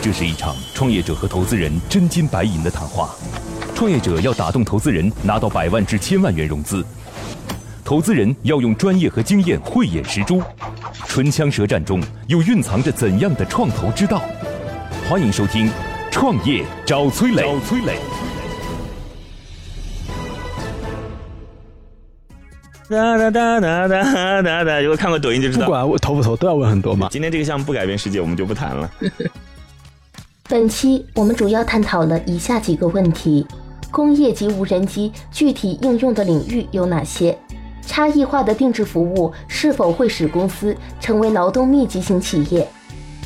这是一场创业者和投资人真金白银的谈话。创业者要打动投资人，拿到百万至千万元融资；投资人要用专业和经验慧眼识珠。唇枪舌战中，又蕴藏着怎样的创投之道？欢迎收听《创业找崔磊》。找崔磊。哒哒哒哒哒哒哒，如果看过抖音就知不道。管我投不投，都要问很多嘛。今天这个项目不改变世界，我们就不谈了。本期我们主要探讨了以下几个问题：工业级无人机具体应用的领域有哪些？差异化的定制服务是否会使公司成为劳动密集型企业？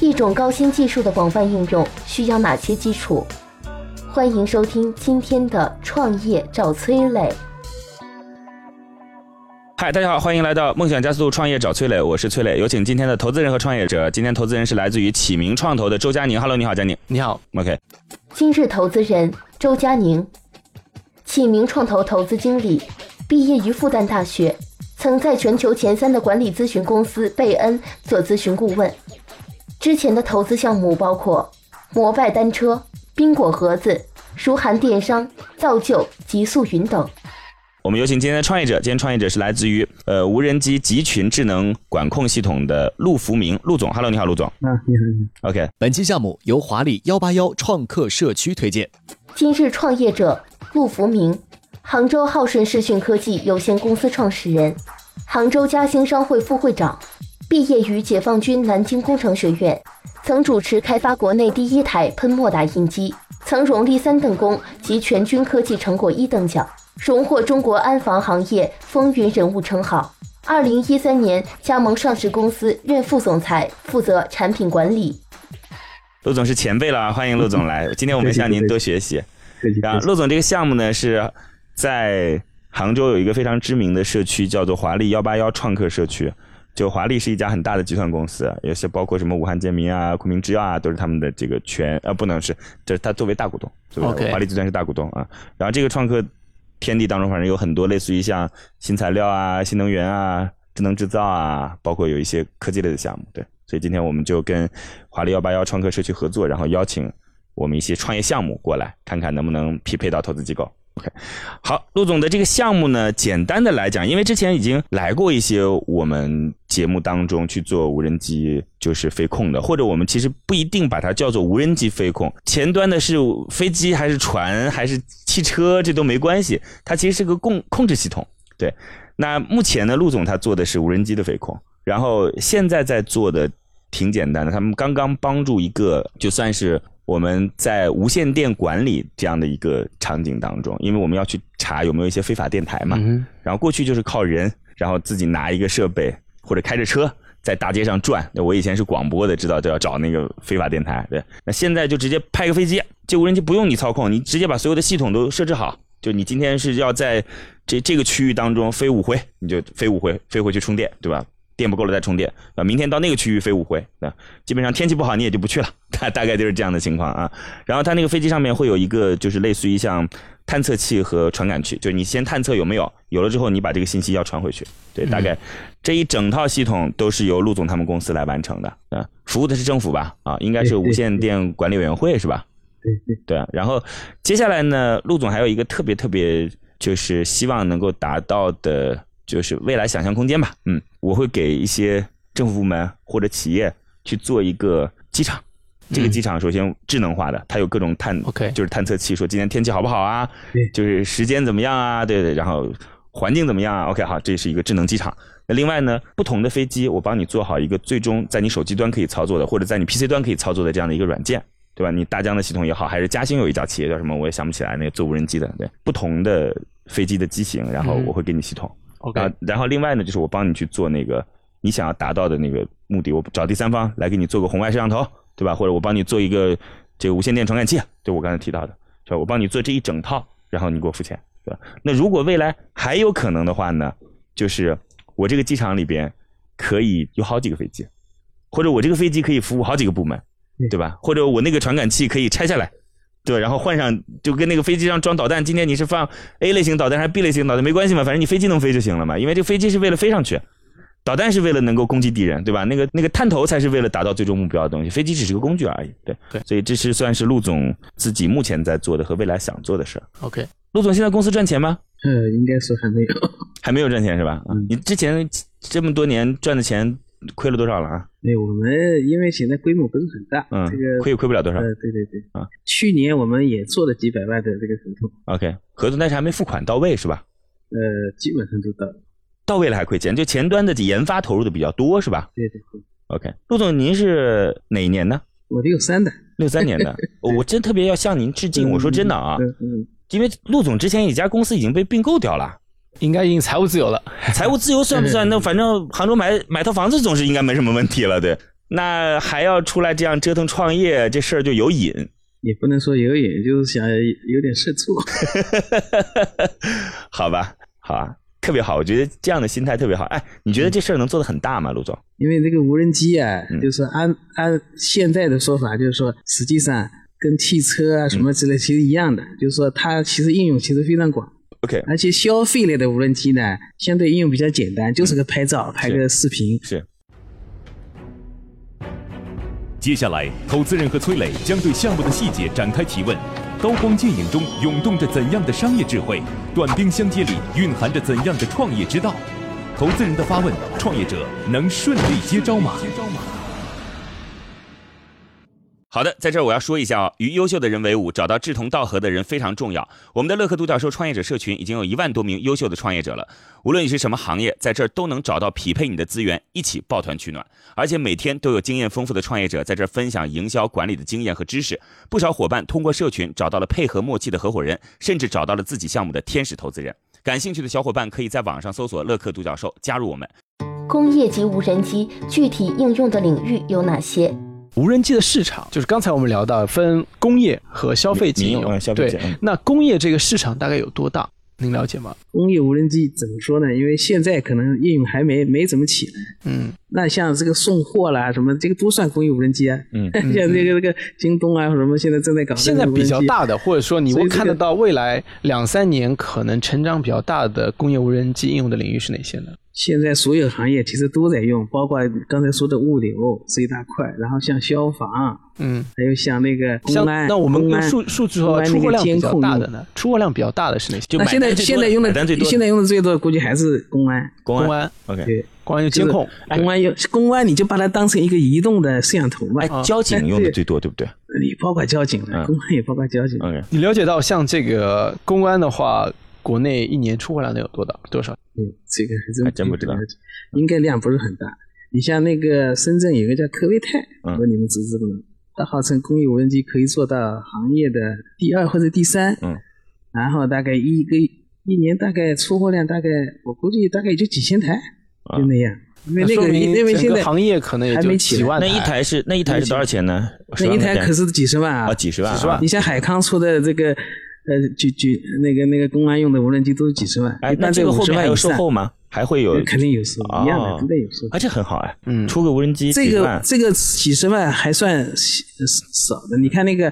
一种高新技术的广泛应用需要哪些基础？欢迎收听今天的创业找崔磊。嗨，大家好，欢迎来到梦想加速度创业找崔磊，我是崔磊，有请今天的投资人和创业者。今天投资人是来自于启明创投的周佳宁。Hello，你好，佳宁。你好， OK，今日投资人周佳宁，启明创投投资经理，毕业于复旦大学，曾在全球前三的管理咨询公司贝恩做咨询顾问。之前的投资项目包括摩拜单车、冰果盒子、如涵电商、造就、极速云等。我们有请今天的创业者。今天创业者是来自于呃无人机集群智能管控系统的陆福明陆总。Hello，你好，陆总。啊，你好，你 OK，本期项目由华丽幺八幺创客社区推荐。今日创业者陆福明，杭州浩顺视讯科技有限公司创始人，杭州嘉兴商会副会长，毕业于解放军南京工程学院，曾主持开发国内第一台喷墨打印机，曾荣立三等功及全军科技成果一等奖，荣获中国安防行业风云人物称号。二零一三年加盟上市公司，任副总裁，负责产品管理。陆总是前辈了啊，欢迎陆总来。今天我们向您多学习。好，客气然后啊客气。陆总这个项目呢是在杭州有一个非常知名的社区，叫做华丽幺八幺创客社区。就华丽是一家很大的集团公司，也是包括什么武汉建民啊、昆明制药啊，都是他们的这个全呃不能是，这是他作为大股东，对吧 OK 华丽集团是大股东啊。然后这个创客天地当中，反正有很多类似于像新材料啊、新能源啊、智能制造啊，包括有一些科技类的项目，对。所以今天我们就跟华丽幺八幺创客社区合作，然后邀请我们一些创业项目过来，看看能不能匹配到投资机构。OK，好，陆总的这个项目呢，简单的来讲，因为之前已经来过一些我们节目当中去做无人机就是飞控的，或者我们其实不一定把它叫做无人机飞控，前端的是飞机还是船还是汽车，这都没关系，它其实是个控控制系统。对，那目前呢，陆总他做的是无人机的飞控，然后现在在做的挺简单的，他们刚刚帮助一个就算是我们在无线电管理这样的一个场景当中，因为我们要去查有没有一些非法电台嘛，嗯然后过去就是靠人，然后自己拿一个设备或者开着车在大街上转。我以前是广播的，知道就要找那个非法电台。对，那现在就直接派个飞机，这无人机不用你操控，你直接把所有的系统都设置好。就你今天是要在这这个区域当中飞五回，你就飞五回，飞回去充电，对吧？电不够了再充电啊！明天到那个区域飞五回啊，基本上天气不好你也就不去了，大大概就是这样的情况啊。然后它那个飞机上面会有一个，就是类似于像探测器和传感器，就是你先探测有没有，有了之后你把这个信息要传回去。对，大嗯概这一整套系统都是由陆总他们公司来完成的。嗯、服务的是政府吧？啊，应该是对对无线电管理委员会是吧？对对，对啊，然后接下来呢，陆总还有一个特别特别，就是希望能够达到的，就是未来想象空间吧。嗯，我会给一些政府部门或者企业去做一个机场。这个嗯机场首先智能化的，它有各种探 OK 就是探测器，说今天天气好不好啊对，就是时间怎么样啊，对对，然后环境怎么样啊？OK，好，这是一个智能机场。那另外呢，不同的飞机，我帮你做好一个最终在你手机端可以操作的，或者在你 PC 端可以操作的这样的一个软件，对吧？你大疆的系统也好，还是嘉兴有一家企业叫什么，我也想不起来，那个做无人机的，对，不同的飞机的机型，然后嗯我会给你系统。 ，OK，啊，然后另外呢，就是我帮你去做那个你想要达到的那个目的，我找第三方来给你做个红外摄像头，对吧？或者我帮你做一个这个无线电传感器，对我刚才提到的，是吧？我帮你做这一整套，然后你给我付钱，对吧？那如果未来还有可能的话呢，就是我这个机场里边可以有好几个飞机，或者我这个飞机可以服务好几个部门，对吧？或者我那个传感器可以拆下来，对吧，然后换上就跟那个飞机上装导弹，今天你是放 A 类型导弹还是 B 类型导弹没关系嘛，反正你飞机能飞就行了嘛，因为这个飞机是为了飞上去。导弹是为了能够攻击敌人，对吧？那个那个探头才是为了达到最终目标的东西，飞机只是个工具而已。对对所以这是算是陆总自己目前在做的和未来想做的事儿。 OK，陆总现在公司赚钱吗？呃，应该是还没有。还没有赚钱是吧？啊嗯你之前这么多年赚的钱亏了多少了啊？对，哎我们因为现在规模不是很大，嗯这个，亏也亏不了多少。呃，对对对，啊，去年我们也做了几百万的这个合同， OK，合同但是还没付款到位是吧？呃，基本上都到了。到位了还亏钱，就前端的研发投入的比较多是吧对对对， ？OK，陆总您是哪一年呢？我六三的，六三 年的，哦我真特别要向您致敬。我说真的啊，嗯嗯，因为陆总之前有一家公司已经被并购掉了，应该已经财务自由了。 财务自由算不 算？那反正杭州买买套房子总是应该没什么问题了，对。那还要出来这样折腾创业，这事儿就有瘾。 也不能说有瘾，就是想有点社畜。好吧，好啊，特别好，我觉得这样的心态特别好。哎，你觉得这事儿能做得很大吗，陆总？因为这个无人机啊，嗯就是按按现在的说法，就是说实际上跟汽车啊什么之类其实一样的，就是说它其实应用其实非常广， OK，而且消费类的无人机呢，相对应用比较简单，就是个拍照、拍个视频。是接下来，投资人和崔磊将对项目的细节展开提问。刀光剑影中涌动着怎样的商业智慧？短兵相接里蕴含着怎样的创业之道？投资人的发问，创业者能顺利接招吗？好的，在这儿我要说一下啊，与优秀的人为伍，找到志同道合的人非常重要。我们的乐客独角兽创业者社群已经有一万多名优秀的创业者了，无论你是什么行业，在这儿都能找到匹配你的资源，一起抱团取暖。而且每天都有经验丰富的创业者在这儿分享营销管理的经验和知识。不少伙伴通过社群找到了配合默契的合伙人，甚至找到了自己项目的天使投资人。感兴趣的小伙伴可以在网上搜索“乐客独角兽”，加入我们。工业级无人机具体应用的领域有哪些？无人机的市场就是刚才我们聊到分工业和消费级应民用用嗯，消费级对嗯，那工业这个市场大概有多大？您了解吗？工业无人机怎么说呢？因为现在可能应用还没没怎么起来。嗯，那像这个送货啦什么，这个都算工业无人机啊。 嗯像这个这个京东啊什么，现在正在搞这现个在无人机。比较大的，或者说你所以会这个看得到未来两三年可能成长比较大的工业无人机应用的领域是哪些呢？现在所有行业其实都在用，包括刚才说的物流是一大块，然后像消防，嗯，还有像那个公像安，那我们公用安数数据公说安出那货个量比监较控大用的呢？出货量比较大的是哪些？就那买现在单最多现在用的买单最多的现在用的最多的估计还是公安，公公安， ，OK，对，公安用监控，对公安用公安你就把它当成一个移动的摄像头嘛，哎，交警用的最多，对不对你包括交警嗯的，公安也包括交警， ？OK，你了解到像这个公安的话，国内一年出货量能有多大？多少？嗯，这个还真还真不知道了解，嗯应该量不是很大。你像那个深圳有个叫科威泰，嗯我说你们知知不知道？它号称工业无人机可以做到行业的第二或者第三，嗯，然后大概一个一年大概出货量大概我估计大概也就几千台，啊就那样。因为那说个明因为整现个在行业可能也还就没起几来万那一台是那一台是多少钱呢？那一台可是几十万啊啊，，几十万，几十万你像海康出的这个呃举举那个那个公安用的无人机都是几十万，哎一，那般这在个后五十面还万有以售上，后吗？还会有？肯定有售后，一样哦的都得有售后啊，。这很好哎，嗯出个无人机这几个万这个几十万还算呃少的，你看那个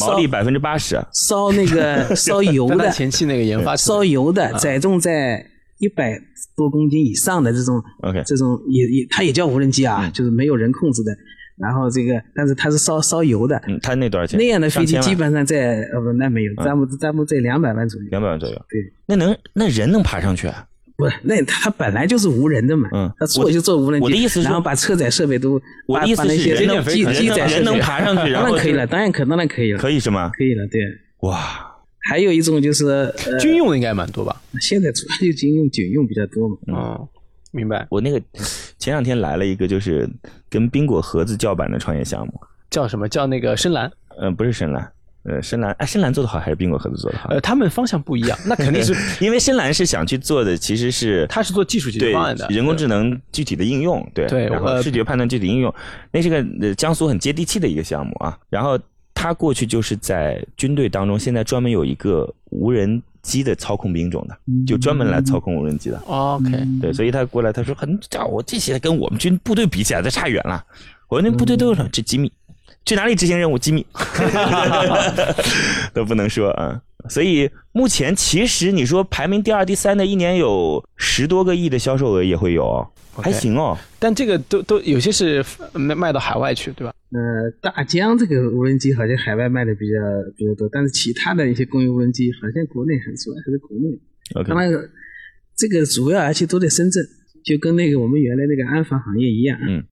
毛烧利百分之八十，烧那个 烧油但它的，前期那个研发成烧本油啊的载重在一百多公斤以上的这种 OK 嗯这种也也它也叫无人机啊，就是没有人控制的。然后这个，但是它是烧烧油的，嗯，他那多少钱？那样的飞机上千万嗯基本上在呃不那没有，咱们咱们在两百万左右。两百万左右。对，那能那人能爬上去啊？不是，那它它本来就是无人的嘛，嗯它做就做无人机，我的意思是然后把车载设备都，我的意把思把那是些人能机机载设人备能爬上去，然当然后可以就了，当然可当然可以了，可以是吗？可以了，对。哇，还有一种就是，呃，军用的应该蛮多吧？现在主要就军用、警用比较多嘛。嗯，明白。我那个前两天来了一个就是跟宾果盒子叫板的创业项目，叫什么叫那个深蓝？嗯，不是深蓝，呃，深蓝哎，深蓝做的好还是宾果盒子做的好？呃，他们方向不一样， 那肯定 是因为深蓝是想去做的其实是他是做技术解决对方案的人工智能具体的应用，对，对然后呃视觉判断具体应用，那是个呃江苏很接地气的一个项目啊。然后他过去就是在军队当中，现在专门有一个无人机的操控兵种的，就专门来操控无人机的。哦嗯 OK，对，所以他过来，他说很，这我这些跟我们军部队比起来，这差远了。我那部队都有什 么？这机密，去哪里执行任务？机密，都不能说啊。嗯所以目前其实你说排名第二、第三的，一年有十多个亿的销售额也会有哦，还行哦。但这个都都有些是呃卖卖到海外去，对吧？呃，大疆这个无人机好像海外卖的比较比较多，但是其他的一些工业无人机好像国内很少，还是国内。 OK，当然，这个主要而且都在深圳，就跟那个我们原来那个安防行业一样。嗯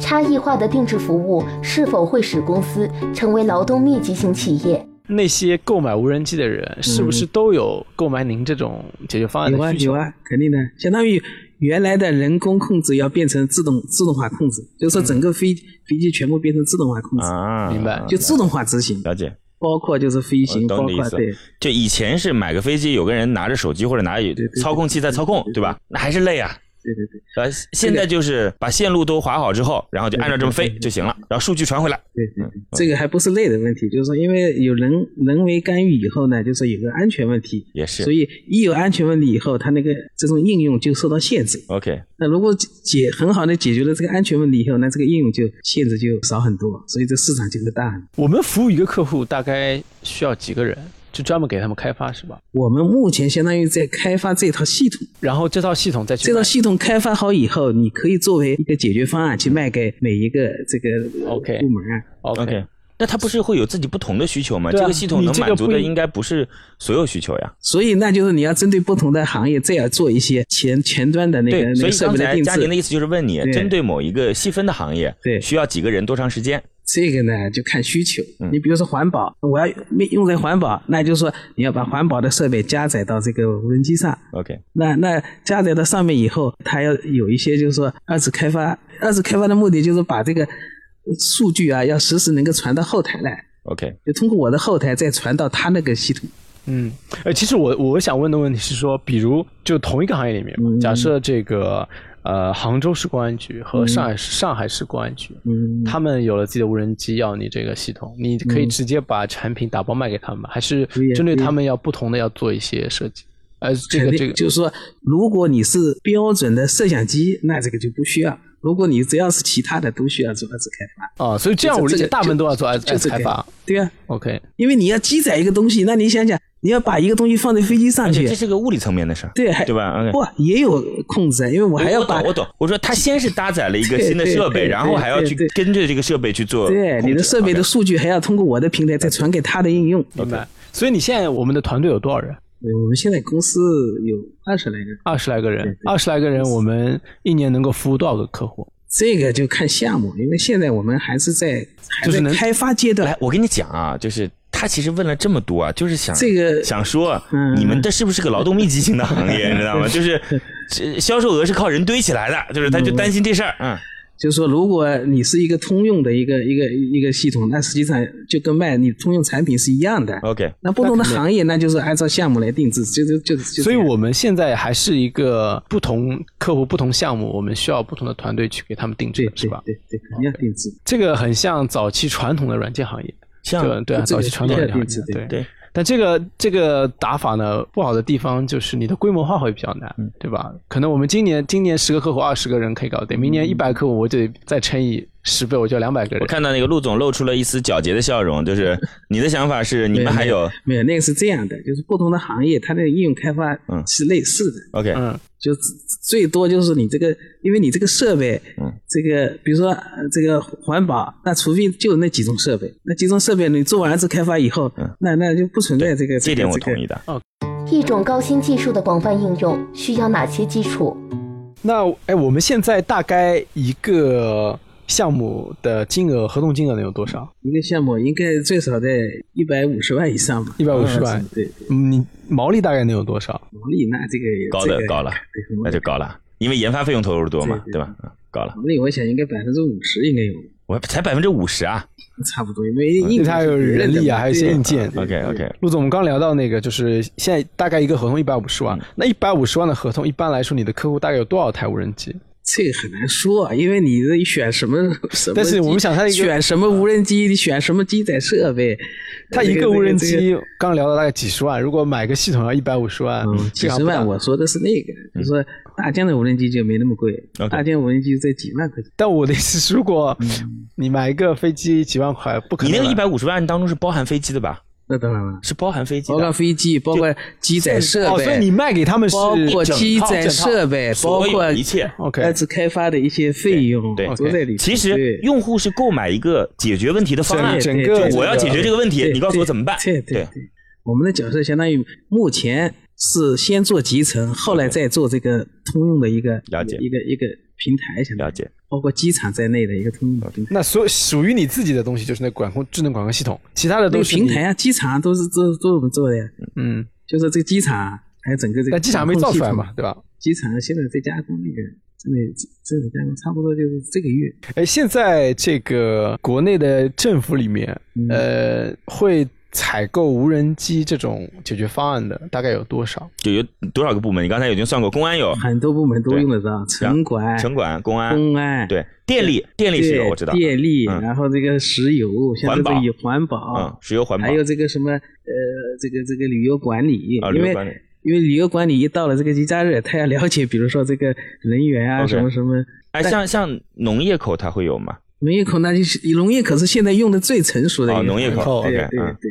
差异化的定制服务是否会使公司成为劳动密集型企业？那些购买无人机的嗯人，是不是都有购买您这种解决方案有啊的需有求？啊，肯定的，相当于原来的人工控制要变成自动自动化控制，就是说整个飞、飞机全部变成自动化控制，嗯啊，明白就自动化执行，了解。包括就是飞行，我包懂你的括意思对。就以前是买个飞机，有个人拿着手机或者拿着对对操控器在操控，对吧？那还是累啊。对对对呃，现在就是把线路都划好之后，然后就按照这么飞就行了，然后数据传回来。对对对，这个还不是累的问题，就是说因为有人人为干预以后呢，就是说有个安全问题，也是所以一有安全问题以后，它那个这种应用就受到限制。 OK，那如果解很好的解决了这个安全问题以后，那这个应用就限制就少很多，所以这市场就会大很多。我们服务一个客户大概需要几个人，就专门给他们开发是吧？我们目前相当于在开发这套系统，然后这套系统再去这套卖系统开发好以后，你可以作为一个解决方案去卖给每一个这个呃 OK 部门啊。 OK，那它不是会有自己不同的需求吗？对啊这个系统你能这个满足不的一应该不是所有需求呀。所以那就是你要针对不同的行业，这样做一些前前端的那个对，那所个以设刚备的才定佳宁的制。意思就是问你，对针对某一个细分的行业，对需要几个人，多长时间？这个呢，就看需求嗯。你比如说环保，我要用在环保，那就是说你要把环保的设备加载到这个无人机上。 OK，那那加载到上面以后，它要有一些就是说二次开发，二次开发的目的就是把这个数据啊，要实时能够传到后台来， OK，就通过我的后台再传到它那个系统。嗯，呃，其实我我想问的问题是说，比如就同一个行业里面嘛，嗯假设这个呃杭州市公安局和上海市、上海市公安局，嗯他们有了自己的无人机，要你这个系统，你可以直接把产品打包卖给他们吗，还是可以针对可以他们要不同的要做一些设计？呃，这肯个定这个就是说，如果你是标准的摄像机，那这个就不需要；如果你只要是其他的，都需要做二次开发。啊，所以这样我理这解，个大部分都要做呃 S 就 S 是开发。对啊， OK，因为你要机载一个东西，那你想想，你要把一个东西放在飞机上而且这去，是个物理层面的事儿，对，还对吧？OK。不也有控制啊，因为我还要我懂把，我懂。我说他先是搭载了一个对新的 对设备，对然后对还要对去对跟着这个设备去做控制。啊对你的设备的 OK 数据还要通过我的平台再传给它的应用。明白。所以你现在我们的团队有多少人？对，我们现在公司有二十来人，二十来个人，二十来个人，我们一年能够服务多少个客户？这个就看项目，因为现在我们还是在还就是在能开发阶段来，。我跟你讲啊，就是他其实问了这么多啊，就是想这个想说，嗯你们这是不是个劳动密集型的行业，你知 道吗？就是这销售额是靠人堆起来的，就是他就担心这事儿。嗯，就是说，如果你是一个通用的一个一个一个系统，那实际上就跟卖你通用产品是一样的。 OK，那不同的行业，那就是按照项目来定制，就就就就这样。所以我们现在还是一个不同客户、不同项目，我们需要不同的团队去给他们定制对的，是对吧？对对，肯定要定制。这个很像早期传统的软件行业，像对对啊，这早个期传统的是软定件制对对对。但这个这个打法呢，不好的地方就是你的规模化会比较难，对吧？可能我们今年今年十个客户、二十个人可以搞定，明年一百客户我就得再乘以十倍，我就两百个我人。看到那个陆总露出了一丝皎洁的笑容， 就是你的想法是你们还有没有那个是这样的，就是不同的行业，它的应用开发嗯是类似的， OK，嗯，就只最多就是你这个，因为你这个设备，嗯，这个比如说呃这个环保，那除非就那几种设备，那几种设备你做完二次开发以后，那那就不存在这个嗯这点我个同意的。一种高新技术的广泛应用需要哪些基础？那哎，我们现在大概一个项目的金额，合同金额能有多少？一个项目应该最少在一百五十万以上吧？ 150万对，对嗯你毛利大概能有多少？毛利那这个高的这个高了哎对那就高了，因为研发费用投入多嘛，对对对吧？嗯高了，毛利我想应该百分之五十应该有，我才百分之五十啊。差不多，因为硬它有人力啊，还有一些硬件。 OK OK，陆总，我们刚聊到那个，就是现在大概一个合同一百五十嗯万，那一百五十万的合同，一般来说你的客户大概有多少台无人机？这个很难说，啊因为你得选什么什么机，但是我们想它一个选什么无人机，你选什么机载设备， 它一这个无人，这这机刚聊到大概几十万，如果买个系统要一百五十万嗯，，几这个还十不大嗯万，我说的是那个，就是说大疆的无人机就没那么贵， OK 大疆无人机在几万块钱，但我的意思嗯是，如果你买一个飞机几万块，不可你能。那个一百五十万当中是包含飞机的吧？那当然了，是包含飞机包括的。飞机，包括机载设哦，备，所以你卖给他们是包括机载设备，包所有括一切 OK 二次开发的一些费用，对都在里面。其实对用户是购买一个解决问题的方案，整对个对我要解决这个问题，对你告诉我怎么办？对对对，我们的角色相当于目前是先做集成，后来再做这个通用的一个了解一个一个平台，相当于了解，包括机场在内的一个通用的平台。那所属于你自己的东西就是那管控智能管控系统，其他的那都个是平你台啊，机场啊都是都都是我们做的呀，嗯，就是这个机场啊还有整个这个但机场还没造出来管控嘛系，统啊对吧？机场现在在加工那个。这里这里加工差不多就是这个月，哎，现在这个国内的政府里面，嗯呃，会采购无人机这种解决方案的大概有多少？就有多少个部门？你刚才已经算过，公安有，很多部门都对用得到，城管、城管、公安，公安，对，电力，电力是有，对我知道，电力，嗯然后这个石油，像环这保个以环嗯保，，石油环保啊还，有这个什么呃，这个这个旅游管理啊，因旅游为管理因为旅游管理一到了这个节假日，他要了解，比如说这个人员啊， OK 什么什么。哎，像像农业口它会有吗？农业口那就是农业口是现在用的最成熟的一哦，个农业口对，OK，对嗯对，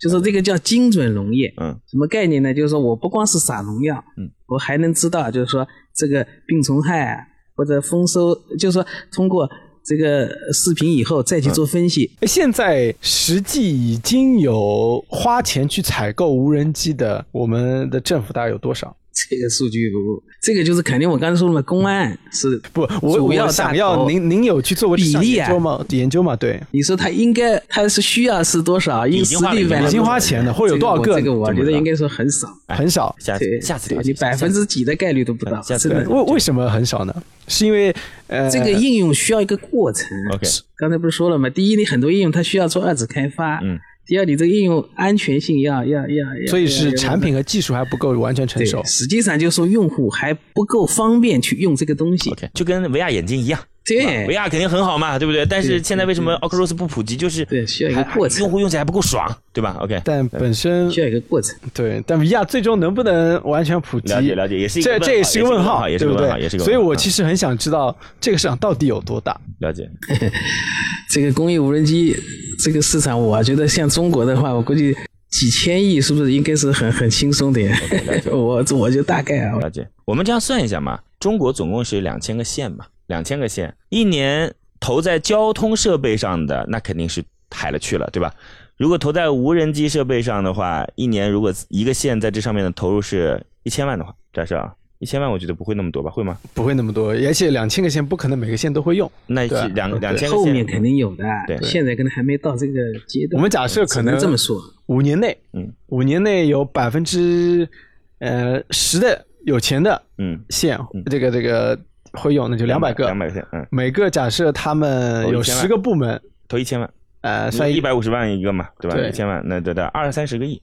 就是这个叫精准农业。嗯，什么概念呢？就是说我不光是撒农药，嗯，我还能知道，就是说这个病虫害啊，或者丰收，就是说通过这个视频以后再去嗯做分析，哎，现在实际已经有花钱去采购无人机的，我们的政府大概有多少？这个数据不，这个就是肯定我刚才说了，公安是不，我主我要大想要头您您有去做过这比项例研啊究吗？研究吗？对，你说他应该他是需要是多少？因为已经实花了地已经买花了了已经花钱了会有这多少个我这个我这不觉知得道应该说很少，很少。下对，下次对了解你百分之几的概率都不到，下次真的了解为为什么很少呢？是因为呃，这个应用需要一个过程。 OK 刚才不是说了吗？第一，你很多应用它需要做二次开发。嗯。第二，你这个应用安全性要要要要，所以是要产品和技术还不够完全成对熟，。实际上就是说用户还不够方便去用这个东西。 ，OK，就跟 VR 眼镜一样，是吧对，VR 肯定很好嘛，对不对？但是对现在为什么对 Oculus 不普及，就是对需要一个还过程用户用起来还不够爽，对吧？OK，但本身需要一个过程。对，但 VR 最终能不能完全普及？了解了解也是一个这问号这也是个问号，也是对个不问号对？也是个问号所以我嗯其实很想知道这个市场到底有多大。了解，这个工业无人机这个市场，我觉得像中国的话，我估计几千亿是不是应该是很很轻松的呀？ 我我就大概啊，了解。我们这样算一下嘛，中国总共是两千个县嘛，两千个县，一年投在交通设备上的那肯定是海了去了，对吧？如果投在无人机设备上的话，一年如果一个县在这上面的投入是一千万的话，假设啊，一千万我觉得不会那么多吧？会吗？不会那么多，而且两千个线不可能每个线都会用。那对啊是两对两千个后县面肯定有的。啊对现在可能还没到这个阶段。我们假设可只能这么说，五年内，嗯，五年内有百分之呃十的有钱的嗯线嗯，这个这个会用，那就两百个，两百个县，嗯，每个假设他们有投1000万十个部门，投一千万，呃，算一一百五十万一个嘛，对吧？对一千万，那得得二三十个亿。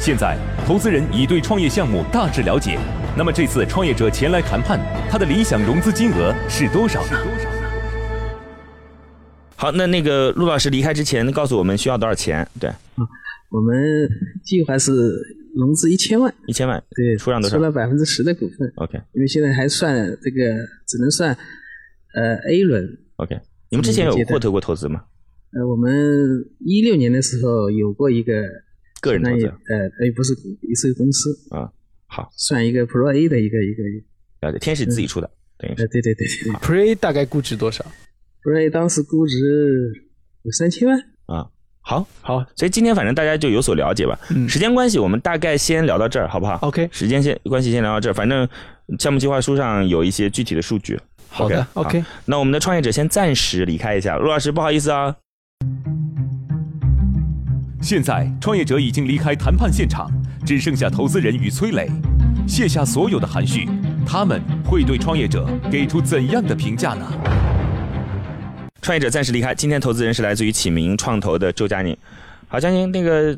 现在，投资人已对创业项目大致了解。那么这次创业者前来谈判，他的理想融资金额是多少？好，那那个陆老师离开之前告诉我们需要多少钱？对，我们计划是融资一千万，一千万。对，出让多少出了百分之十的股份， OK 因为现在还算这个只能算呃 A 轮。 OK，你们之前有阶段获得过投资吗？呃，我们一六年的时候有过一个个人投资相当于呃，也不是股，是公司，啊，好，算一个 Pro A 的一个一个，了解。天使自己出的，等于呃，是对对对对 Pre 大概估值多少？ ，Pro A 当时估值有三千万，啊。好，好所以今天反正大家就有所了解吧。嗯时间关系，我们大概先聊到这儿，好不好，OK，时间先关系先聊到这儿，反正项目计划书上有一些具体的数据。好的 OK，好，OK。那我们的创业者先暂时离开一下，陆老师不好意思啊。现在，创业者已经离开谈判现场，只剩下投资人与崔磊，卸下所有的含蓄，他们会对创业者给出怎样的评价呢？创业者暂时离开。今天投资人是来自于启明创投的周佳宁。好，佳宁，那个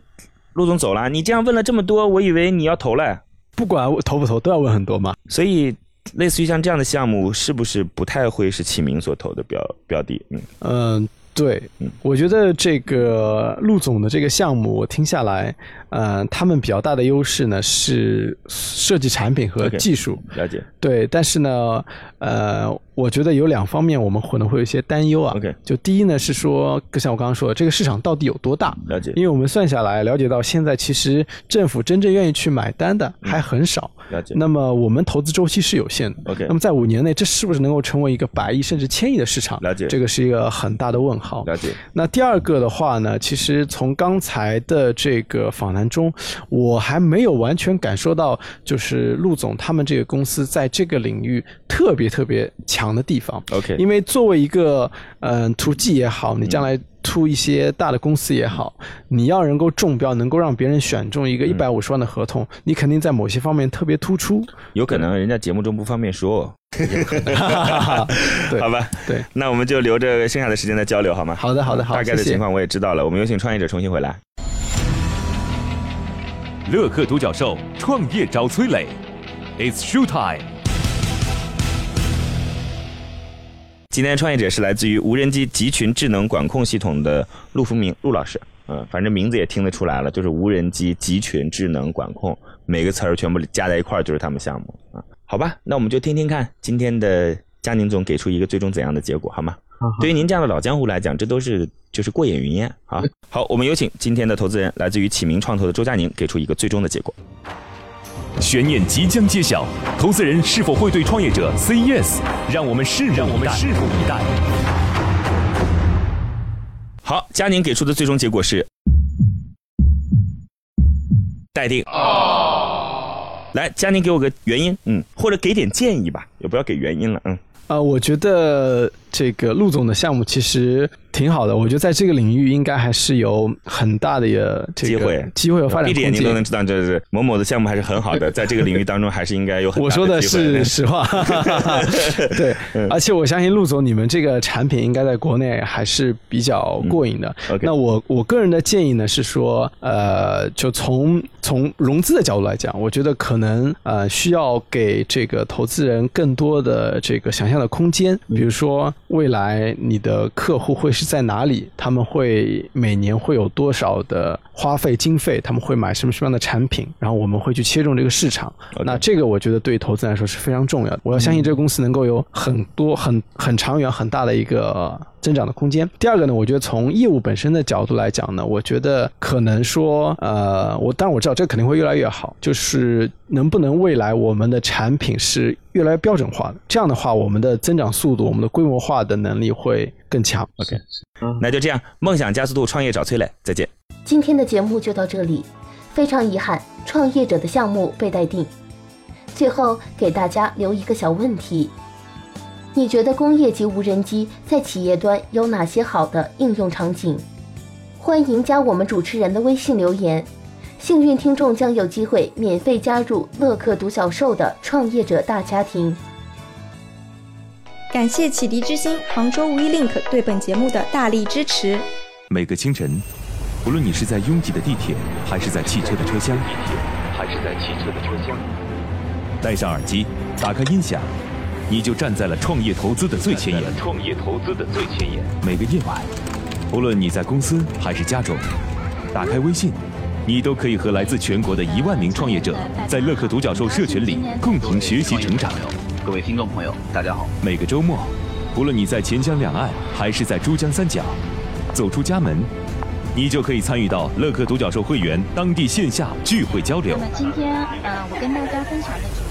陆总走了，你这样问了这么多，我以为你要投了。不管投不投都要问很多嘛。所以，类似于像这样的项目，是不是不太会是启明所投的标标的？嗯，嗯，对嗯，我觉得这个陆总的这个项目，我听下来，呃，他们比较大的优势呢是设计产品和 OK 技术。了解。对，但是呢，呃，我觉得有两方面我们可能会有一些担忧啊。 OK 就第一呢是说，像我刚刚说的，这个市场到底有多大？了解因为我们算下来了解到，现在其实政府真正愿意去买单的嗯还很少。了解。那么我们投资周期是有限的。 OK 那么在五年内，这是不是能够成为一个百亿甚至千亿的市场？了解这个是一个很大的问号。了解。那第二个的话呢，其实从刚才的这个访谈中，我还没有完全感受到，就是陆总他们这个公司在这个领域特别特别强的地方。 OK。因为作为一个嗯 to G 也好，你将来嗯 to 一些大的公司也好，你要能够中标，能够让别人选中嗯一个一百五十万的合同，你肯定在某些方面特别突出。有可能人家节目中不方便说， 对好吧？对，那我们就留着剩下的时间再交流好吗？好的，好的，好，大概的谢谢情况我也知道了，我们有请创业者重新回来。乐客独角兽创业找崔磊，It's show time。今天创业者是来自于无人机集群智能管控系统的陆福明陆老师，嗯，反正名字也听得出来了，就是无人机集群智能管控，每个词儿全部加在一块儿就是他们项目啊。好吧，那我们就听听看今天的佳宁总给出一个最终怎样的结果，好吗？对于您这样的老江湖来讲，这都是就是过眼云烟啊。好，我们有请今天的投资人，来自于启明创投的周佳宁，给出一个最终的结果。悬念即将揭晓，投资人是否会对创业者 say yes？让我们拭让我们拭目以待。好，佳宁给出的最终结果是待定。来，佳宁给我个原因，嗯，或者给点建议吧，也不要给原因了，嗯，呃，我觉得这个陆总的项目其实挺好的，我觉得在这个领域应该还是有很大的呃这机个会机会和发展闭着眼空睛都能间。知道，这是某某的项目还是很好的，在这个领域当中还是应该有很我大说的的机会嗯是 实话，对，而且我相信陆总你们这个产品应该在国内还是比较嗯过瘾的。 OK 那我我个人的建议呢是说，呃，就从从融资的角度来讲，我觉得可能呃需要给这个投资人更多的这个想象的空间，比如说未来你的客户会是在哪里，他们会每年会有多少的花费经费，他们会买什么什么样的产品，然后我们会去切中这个市场。 OK 那这个我觉得对于投资人来说是非常重要的。我要相信这个公司能够有很多很很长远、很大的一个增长的空间。第二个呢，我觉得从业务本身的角度来讲呢，我觉得可能说，呃，我当然我知道这肯定会越来越好，就是能不能未来我们的产品是越来越标准化的，这样的话，我们的增长速度、我们的规模化的能力会更强。OK，那就这样，梦想加速度，创业找崔磊，再见。今天的节目就到这里，非常遗憾，创业者的项目被待定。最后给大家留一个小问题：你觉得工业级无人机在企业端有哪些好的应用场景？欢迎加我们主持人的微信留言，幸运听众将有机会免费加入乐客独角兽的创业者大家庭。感谢启迪之星、杭州无一 link 对本节目的大力支持。每个清晨，无论你是在拥挤的地铁，还是在汽车的车厢，还是在汽车的车厢，戴上耳机，打开音响，你就站在了创业投资的最前沿。创业投资的最前沿。每个夜晚，无论你在公司还是家中，打开微信。你都可以和来自全国的一万名创业者，在乐客独角兽社群里共同学习成长。各位听众朋友，大家好。每个周末，无论你在钱江两岸还是在珠江三角，走出家门，你就可以参与到乐客独角兽会员当地线下聚会交流那。么今天，呃，我跟大家分享的主题